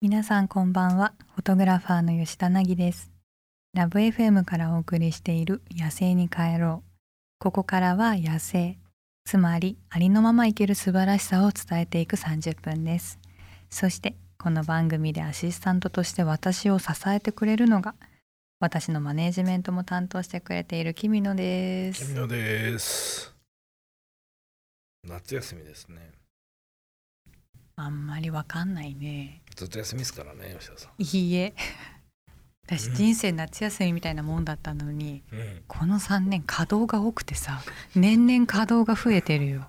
皆さんこんばんはフォトグラファーの吉田凪ですラブ FM からお送りしている野生に帰ろうここからは野生つまりありのまま生きる素晴らしさを伝えていく30分ですそしてこの番組でアシスタントとして私を支えてくれるのが私のマネージメントも担当してくれているキミノでキすミノです。夏休みですね。あんまりわかんないねずっと休みですからね、吉田さいいえ 私うん人生夏休みみたいなもんだったのに、ん。うこの3年稼働が多くてさ年々稼働が増えてるよ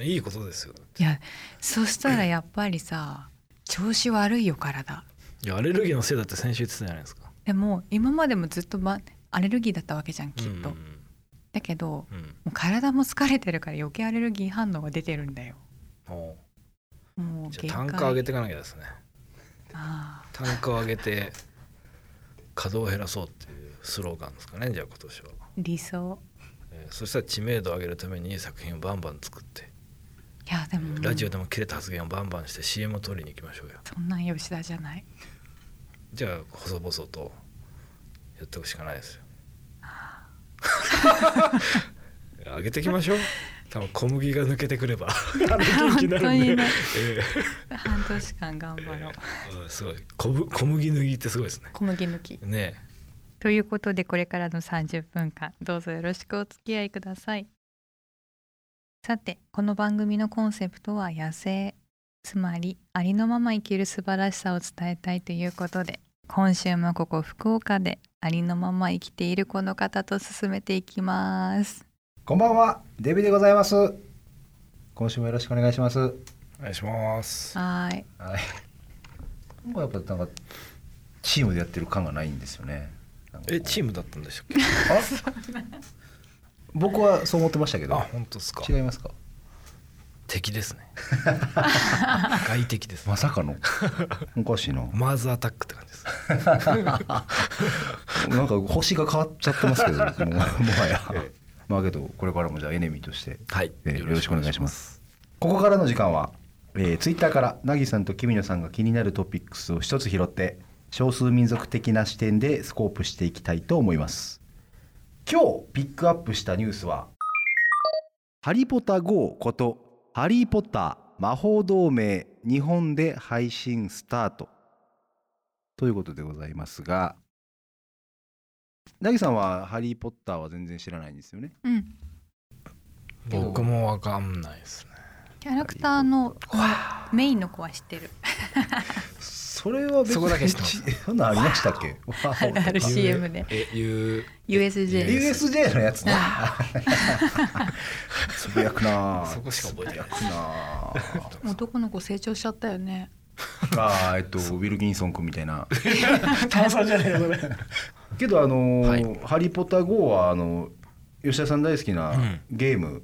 ん。いいことですよ。いやそしたらやっぱりさ調子悪いよ体いや、アレルギーのせいだって先週言ってたじゃないですか。でも今までもずっと、ま、アレルギーだったわけじゃんきっと、うんだけどもうんうん。う体も疲れてるから余計アレルギー反応が出てるんだよおうもうじゃあ単価上げていかなきゃですね。あ単価を上げて稼働を減らそうっていうスローガンですかね、じゃあ今年は。あ理想えーそしたら知名度を上げるために作品をバンバン作って、いやでもラジオでも切れた発言をバンバンして CM を取りに行きましょうよ。そんなん吉田じゃないじゃあ細々とやっていくしかないですよ。 上げていきましょう。多分小麦が抜けてくれば あの元気になるんで。本当にねえ半年間頑張ろうえうんすごい小ぶ小麦脱ぎってすごいですね。小麦抜きねということでこれからの30分間どうぞよろしくお付き合いくださいさてこの番組のコンセプトは野生つまりありのまま生きる素晴らしさを伝えたいということで今週もここ福岡でありのまま生きているこの方と進めていきますこんばんは、デビでございます。今週もよろしくお願いします。はい。お願いします。はーいもうやっぱなんかチームでやってる感がないんですよね。えチーム？ムだったんでしたっけ？あ僕はそう思ってましたけあど、本当ですか。違いますか？敵です ね。外敵です。まさかのおかしいな。マーズアタックって感じです。なんか星が変わっちゃってますけど、もうもはや。まあけどこれからもじゃあエネミーとしてはいえーよろしくお願いします。ここからの時間は、えー、ツイッターからなぎさんときみのさんが気になるトピックスを一つ拾って少数民族的な視点でスコープしていきたいと思います今日ピックアップしたニュースは「ハリポタ GO」こと「ハリー・ポッター魔法同盟」日本で配信スタートということでございますがなぎさんは「ハリー・ポッター」は全然知らないんですよねうん僕もわかんないですね。キャラクターのメインの子は知ってるそれは別にそこだけ知ってますち そんなんありましたっけあるある CM でえゆ USJ USJ のやつね つぶやくなあそこしか覚えてないつぶやくな男の子成長しちゃったよねああーえっとウィルキンソン君みたいな 炭酸じゃないよれけどあのーはいハリー・ポッター GO」はあの吉田さん大好きなうんゲーム、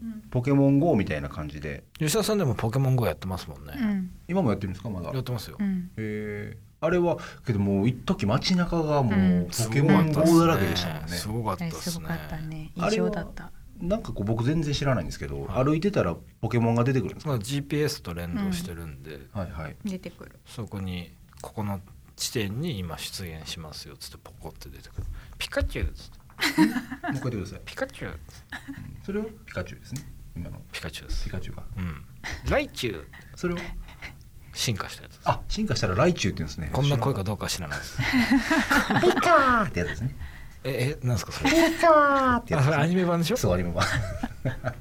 うん、ポケモン GO みたいな感じで吉田さんでもポケモン GO やってますもんね。うん今もやってるんですかまだやってますよう。ん、えあれはけどもう一時街中がもう、うんポケモン GO だらけでしたもんねすごかっあたでれすすね。ごかったねあ異れは常だったなんかこう僕全然知らないんですけど、はい歩いてたらポケモンが出てくるんですか、まあ GPS と連動してるんで、はいはい出てくるそこにここの地点に今出現しますよっつってポコって出てくる。ピカチュウっつってもう一回言ってくださいピカチュウっつってそれはピカチュウですね今のピカチュウですピ。カチュウがうん。ライチュウそれを進化したやつです。あ進化したらライチュウって言うんですねこんな声かどうかは知らないです。ピカーってやつですねええなんですか それ。ピカーってやあつそでれアニメ版でしょ。すねそうあります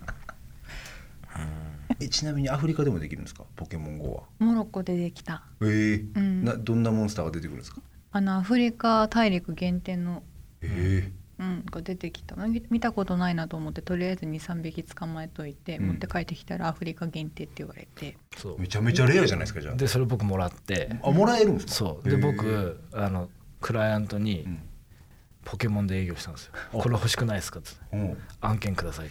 えちなみにアフリカでもできるんですかポケモン GO はモロッコでできたえーうんなどんなモンスターが出てくるんですかあのアフリカ大陸限定の、えうん、が出てきたのみ見たことないなと思ってとりあえず23匹捕まえといて、うん持って帰ってきたらアフリカ限定って言われてそー、めちゃめちゃレアじゃないですかじゃう。でそれ僕もらって。ああもらえるんですかそう。でへー僕あのクライアントにうんポケモンで営業したんですよ。これ欲しくないですかっつって。うん案件くだ さい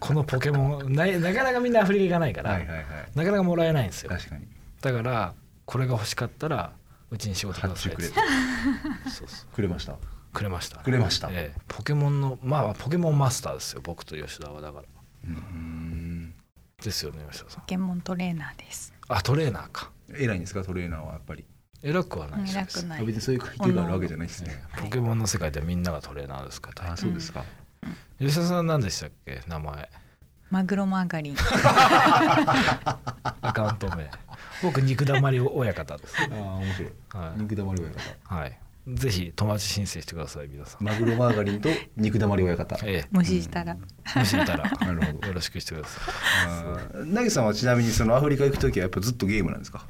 このポケモンないなかなかみんなアフリカ行かないから、はいはいはいなかなかもらえないんですよ確かにだからこれが欲しかったらうちに仕事くだ発さい注っくつれってそうそうくれましたくれましたくれましたええポケモンのまあポケモンマスターですよ僕と吉田はだからうんですよね吉田さんポケモントレーナーですあトレーナーかえ偉いんですかトレーナーはやっぱり、偉くはないそう偉ですくなあ別にいそういう階級があるわけじゃないですねねポケモンの世界ではみんながトレーナーですからあ大あ体そうですか、吉田さん何でしたっけ名前マグロマーガ リンアカウント名僕肉だまり親方です、ああ面白いはい肉玉り親方はい、ぜひ友達申請してください皆さんマグロマーガリンと肉玉り親方え無視したら、えもしい たらなるほどよろしくしてくださなぎさんはちなみにそのアフリカ行く時はやっぱずっとゲームなんですか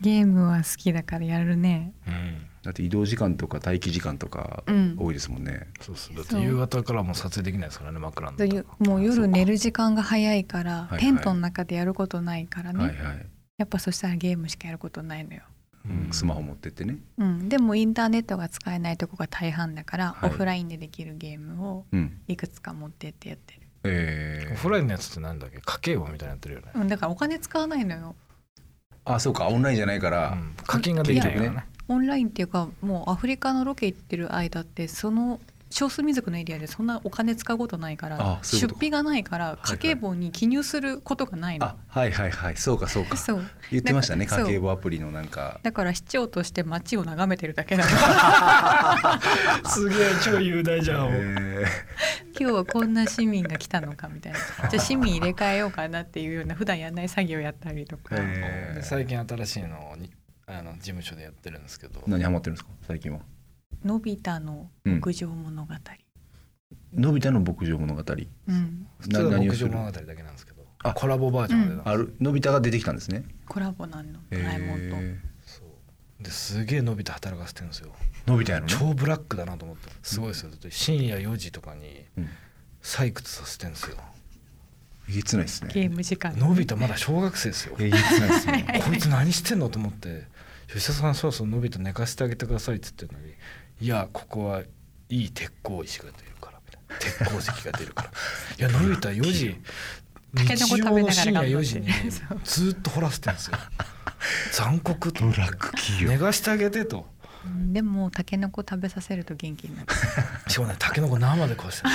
ゲームは好きだからやるねいうんだって移動時間とか待機時間とかうん多いですもんね、そうですだっそうて夕方からもう撮影できないですからね枕のと中いうもう夜寝る時間が早いから、いはいテントの中でやることないからね、はいはい、やっぱそしたらゲームしかやることないのよ、うんスマホ持ってってねうん、でもインターネットが使えないとこが大半だから、はいオフラインでできるゲームをうんいくつか持ってってやってる、えオーフラインのやつってなんだっけ家計簿みたいなやってるよね、うん、だからお金使わないのよあそうかオンラインじゃないかうら、ん課金ができないから結ねオンラインっていうかもうアフリカのロケ行ってる間ってその少数民族のエリアでそんなお金使うことないからあそういう出ことか費がないからはい家計簿に記入することがないの、あはいはいはいそうかそうかそう言ってましたなねんか家そう計簿アプリのなんかだから市長として街を眺めてるだけなのすげえ超雄大じゃん、え 今日はこんな市民が来たのかみたいなじゃあ市民入れ替えようかなっていうような普段やんない作業やったりとか、えで最近新しいのをにあの事務所でやってるんですけどー、何ハマってるんですか最近はのび太の牧場物語、のび太の牧場物語うん、普通は何を牧す場る物語だけなんですけどあコラボバージョンうでんなあるのび太が出てきたんですねコラボなのドラえもんと、えそうですげえ伸びて働かせてるんですよーのび太やのね超ブラックだなと思ってすごいですよだって深夜4時とかにうん採掘させてるんですよえげつないですねゲーム時間伸びたまだ小学生ですよえげつないですね こいつ何してんのと思って吉田さんそろそろ伸びた寝かせてあげてくださいって言ってるのにいやここはいい鉄鉱石が出るからみたいな鉄鉱石が出る からいや伸びた4時タケノコ日食曜べのなが深ら夜頑張って4時るにそうずーっと掘らせてるん ですよ残酷と寝かしてあげてとうんでもタケノコ食べさせると元気に なるしかもねタケノコ生でこうしてる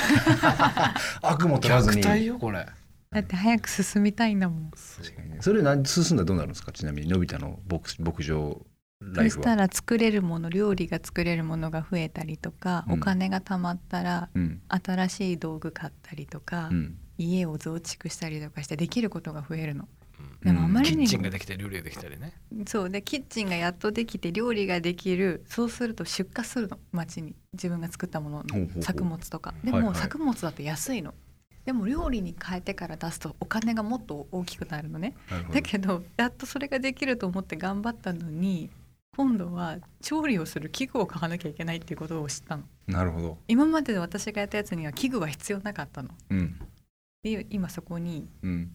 悪も取らず虐に待よこれだって早く進みたいんだもん確かにねそれ何進んだらどうなるんですかちなみにのび太の牧牧場ラそイしフたはら作れるもの料理が作れるものが増えたりとか、うんお金が貯まったらうん新しい道具買ったりとか、うん家を増築したりとかしてできることが増えるのうんでもあまりキにッチンもが、できて料理ができたりねそうでキッチンがやっとできて料理ができるそうすると出荷するの町に自分が作ったものほうほうほう作物とかうんでも、はいはい作物だと安いのでも料理に変えてから出すとお金がもっと大きくなるのねなるほだどけどやっとそれができると思って頑張ったのに今度は調理をする器具を買わなきゃいけないっていうことを知ったのなるほど今まで私がやったやつには器具は必要なかったのうんで今そこにうん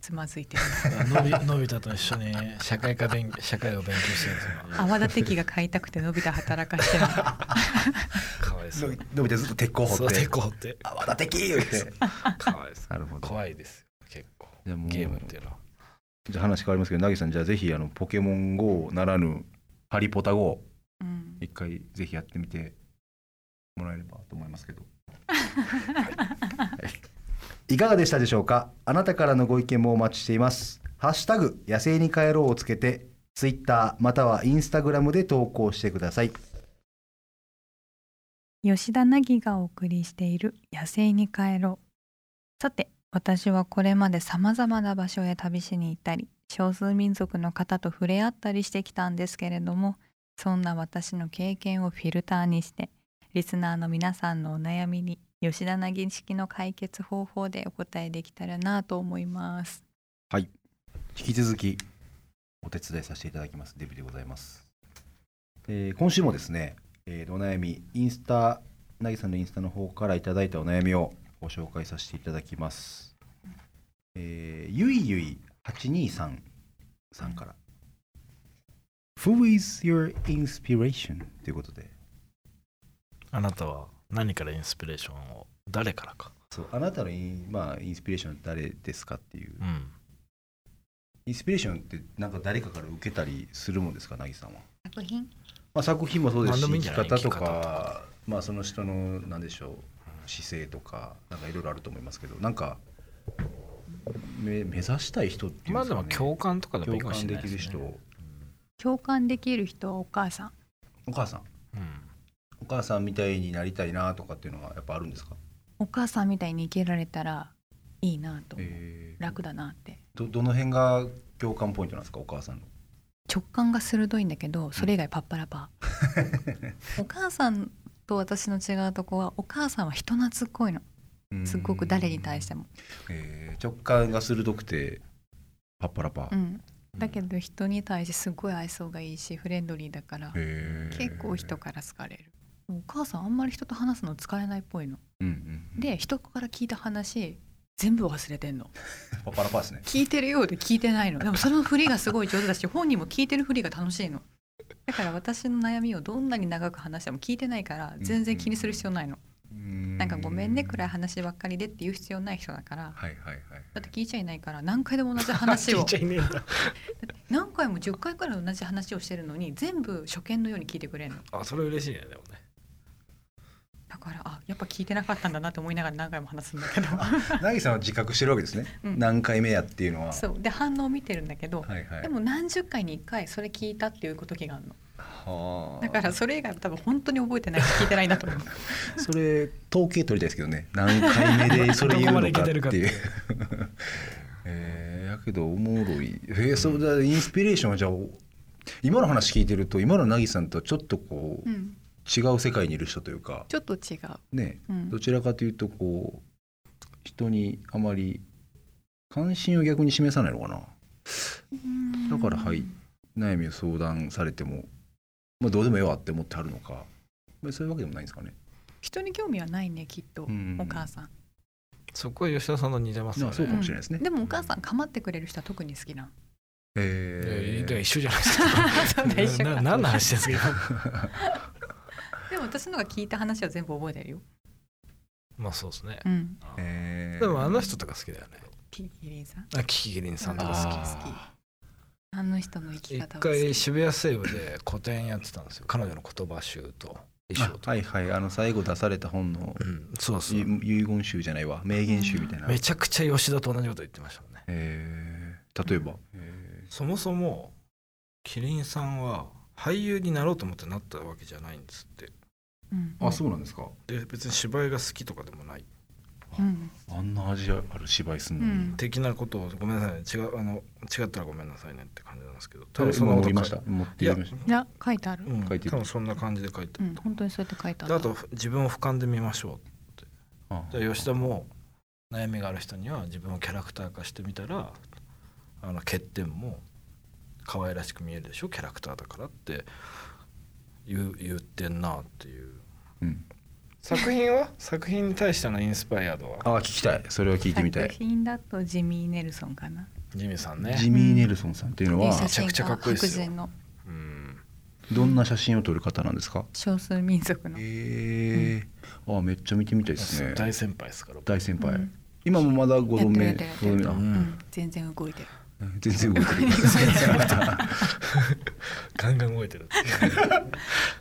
つまずいてるのびのび太と一緒に社会科勉社会を勉強してるんですよ泡立て器が買いたくてのび太働かしてるのかわいそうにのび太ずっと鉄鋼そう手こうって泡立て器言ってかわいそうなるほど怖いですよ結構じゃあもうゲームっていうのはじゃあ話変わりますけどなぎさんじゃあぜひあのポケモン GO ならぬハリポタ GO うん一回ぜひやってみてもらえればと思いますけど、はい、いかがでしたでしょうかあなたからのご意見もお待ちしていますハッシュタグ野生に帰ろうをつけてツイッターまたはインスタグラムで投稿してください吉田凪がお送りしている「野生に帰ろう」さて私はこれまでさまざまな場所へ旅しに行ったり少数民族の方と触れ合ったりしてきたんですけれどもそんな私の経験をフィルターにしてリスナーの皆さんのお悩みに吉田凪式の解決方法でお答えできたらなと思います。引き続きお手伝いさせていただきますデビでございます、えー今週もですね、えーお悩みインスタなぎさんのインスタの方からいただいたお悩みをご紹介させていただきます、えーゆいゆい823さんから Who is your inspiration? ということであなたは何からインスピレーションを誰からかそうあなたのイン,、まあ、インスピレーションは誰ですかっていううんインスピレーションってなんか誰かから受けたりするもんですかなぎさんは作品まあ、作品もそうですし何でもいい生んきじゃない方とか生き方とまあ、その人のなんでしょう姿勢とかなんかいろいろあると思いますけどなんかめ目指したい人っていうんまあですでか、ねも共感とかでもいいかもしれ共ない感できる人、共感できる人はお母さんお母さんお母さんみたいになりたいなとかっていうのはやっぱあるんですか、お母さんみたいに生きられたらいいなと思う、えー楽だなってどどの辺が共感ポイントなんですかお母さんの直感が鋭いんだけどそれ以外パッパラパ お母さんと私の違うとこはお母さんは人懐っこいのすっごく誰に対しても、も、えー直感が鋭くてパッパラパ、うん、だけど人に対してすごい愛想がいいしフレンドリーだからえー結構人から好かれるお母さんあんまり人と話すの疲れないっぽいのうんうんうんで人から聞いた話全部忘れてんのパッパラパですね聞いてるようで聞いてないのでもその振りがすごい上手だし本人も聞いてる振りが楽しいのだから私の悩みをどんなに長く話しても聞いてないから全然気にする必要ないのなんかごめんねくらい話ばっかりでって言う必要ない人だからはいはいはいだって聞いちゃいないから何回でも同じ話 をいねえんだ何回も10回くらい同じ話をしてるのに全部初見のように聞いてくれるのあそれ嬉しいねでもねだからあやっぱ聞いてなかったんだなって思いながら何回も話すんだけどなぎさんは自覚してるわけですね、うん何回目やっていうのはそうで反応を見てるんだけど、はいはいでも何十回に1回それ聞いたっていう時があるのはあだからそれ以外は多分本当に覚えてないし聞いてないんだと思うそれ統計取りたいですけどね何回 目でそれ言うのかっていどうこまでいけてえーやけどおもろいえーそうだインスピレーションはじゃあお今の話聞いてると今のなぎさんとはちょっとこ う、うん違う世界にいる人というかちょっと違う、ねうんどちらかというとこう人にあまり関心を逆に示さないのかなだからはい悩みを相談されても、まあ、どうでもよわって思ってはるのか、まあ、そういうわけでもないんですかね。人に興味はないねきっと、うんお母さんそこは吉田さんの似てますよまあそうかねもしれないですね。でもお母さん構ってくれる人は特に好き なのええーーでも一緒じゃないで すかそうだ一緒なか何の話ですけどでも私のが聞いた話は全部覚えてるよ、まあそうですねうん、えーでもあの人とか好きだよねキキリンさんあキキキリンさんとか好好きき好きあの人の生き一方は好き回渋谷西部で個展やってたんですよ彼女の言葉集と衣装と、あはいはいあの最後出された本のうん、そうそうい遺言集じゃないわ名言集みたいな。めちゃくちゃ吉田と同じこと言ってましたもんねえー例えば、そもそもキリンさんは俳優になろうと思ってなったわけじゃないんですってうんあそうなんですかで別に芝居が好きとかでもないうんあんな味ある芝居すんうのに。ん的なことをごめんなさいね違うあの違ったらごめんなさいねって感じなんですけど多分そんなこの持とりました。持っいてやみました。いや書いてあるうん、書いてる多分そんな感じで書いてうる、ん本当にそうやって書いてあでるあと自分を俯瞰で見ましょあうで吉田も悩みがある人には自分をキャラクター化してみたらあの欠点も可愛らしく見えるでしょキャラクターだからって言う言ってんなっていううん作品は作品に対してのインスパイアードはあ聞きたい。それは聞いてみた作い。品だとジミー・ネルソンかなジミーさんねジミー・ネルソンさんっていうのいいは写真めちゃくち家ゃかっこいいっす白よ人のうんどんな写真を撮る方なんですか？少数民族のええあめっちゃ見てみたいですね。大先輩ですから大先輩。うん今もまだご存やっ命てるやっ。てごるう存命。うんん、全然動いてるあ全然動いてる。ガンガン動いてるっていうい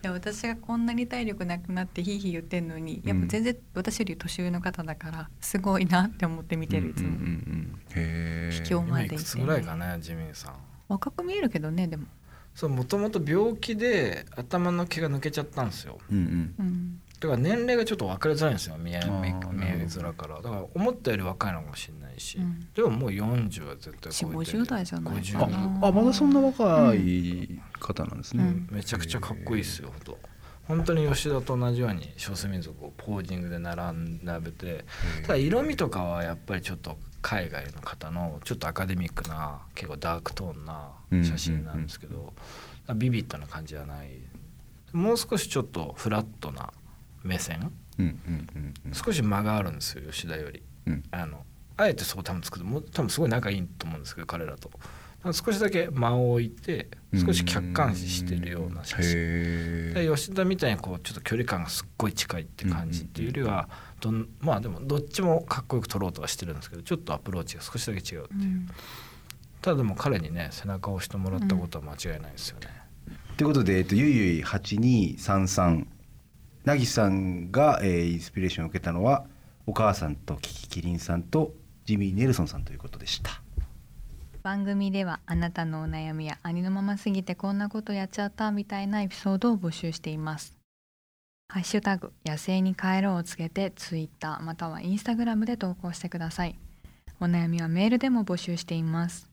や私がこんなに体力なくなってヒーヒー言ってんのにやっぱ全然私より年上の方だからすごいなって思って見てるいつうんうんもうんうんへ卑え怯。今までいてくつぐらいかねジミーさん若く見えるけどねでもそうもともと病気で頭の毛が抜けちゃったんですようんうん。うんだから年齢がちょっと分かりづらいんですよ見えあー見えなるほど見えづらからだから思ったより若いのかもしれないし、うんでももう40は絶対超えてる40 50代じゃない50かなああまだそんな若い方なんですね。うんめちゃくちゃかっこいいですよほんと本当に吉田と同じように少数民族をポージングで並ん並べてただ色味とかはやっぱりちょっと海外の方のちょっとアカデミックな結構ダークトーンな写真なんですけど、ビビッドな感じじゃないもう少しちょっとフラットな目線うんうんうんうん少し間があるんですよ吉田よりうん。あのあえてそこ多分作ってもう多分すごい仲いいと思うんですけど彼らと多分少しだけ間を置いて少し客観視してるような写真へでえ。吉田みたいにこうちょっと距離感がすっごい近いって感じっていうよりはどんまあでもどっちもかっこよく撮ろうとはしてるんですけどちょっとアプローチが少しだけ違うっていう、ただでも彼にね背中を押してもらったことは間違いないですよね、ということで、えっと、ゆいゆい8233なぎさんが、えーインスピレーションを受けたのはお母さんとキキキリンさんとジミー・ネルソンさんということでした番組ではあなたのお悩みやありのまますぎてこんなことやっちゃったみたいなエピソードを募集していますハッシュタグ野生に帰ろうをつけてツイッターまたはインスタグラムで投稿してくださいお悩みはメールでも募集しています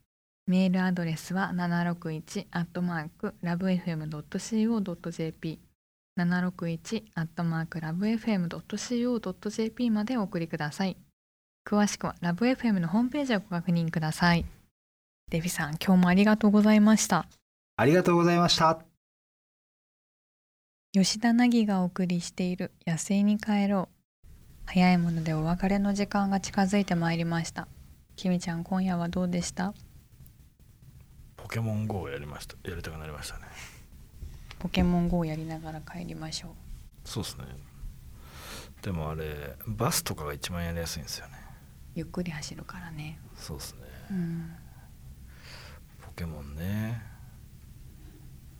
メールアドレスは761アットマークラブ FM.co.jp 761アットマークラブ FM.co.jp までお送りください詳しくはラブ FM のホームページをご確認くださいデビさん今日もありがとうございましたありがとうございました吉田凪がお送りしている野生に帰ろう早いものでお別れの時間が近づいてまいりましたきみちゃん今夜はどうでしたポケモン GO をやりましたやりたくなりましたねポケモン GO をやりながら帰りましょうそうですねでもあれバスとかが一番やりやすいんですよねゆっくり走るからねそうですねうんポケモンね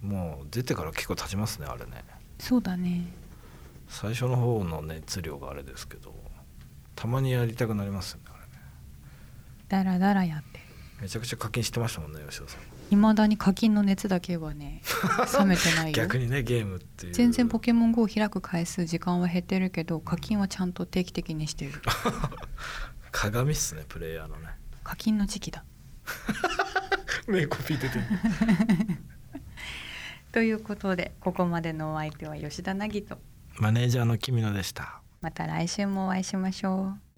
もう出てから結構経ちますねあれねそうだね最初の方の熱量があれですけどたまにやりたくなりますよねあれねだらだらやってるめちゃくちゃ課金してましたもんね吉田さん未だに課金の熱だけは ね冷めてないよ逆にねゲームっていう全然ポケモン GO を開く回数時間は減ってるけど課金はちゃんと定期的にしてる鏡っすねプレイヤーの ね課金の時期だ名コピー出 てるということでここまでのお相手は吉田凪とマネージャーの君野でしたまた来週もお会いしましょう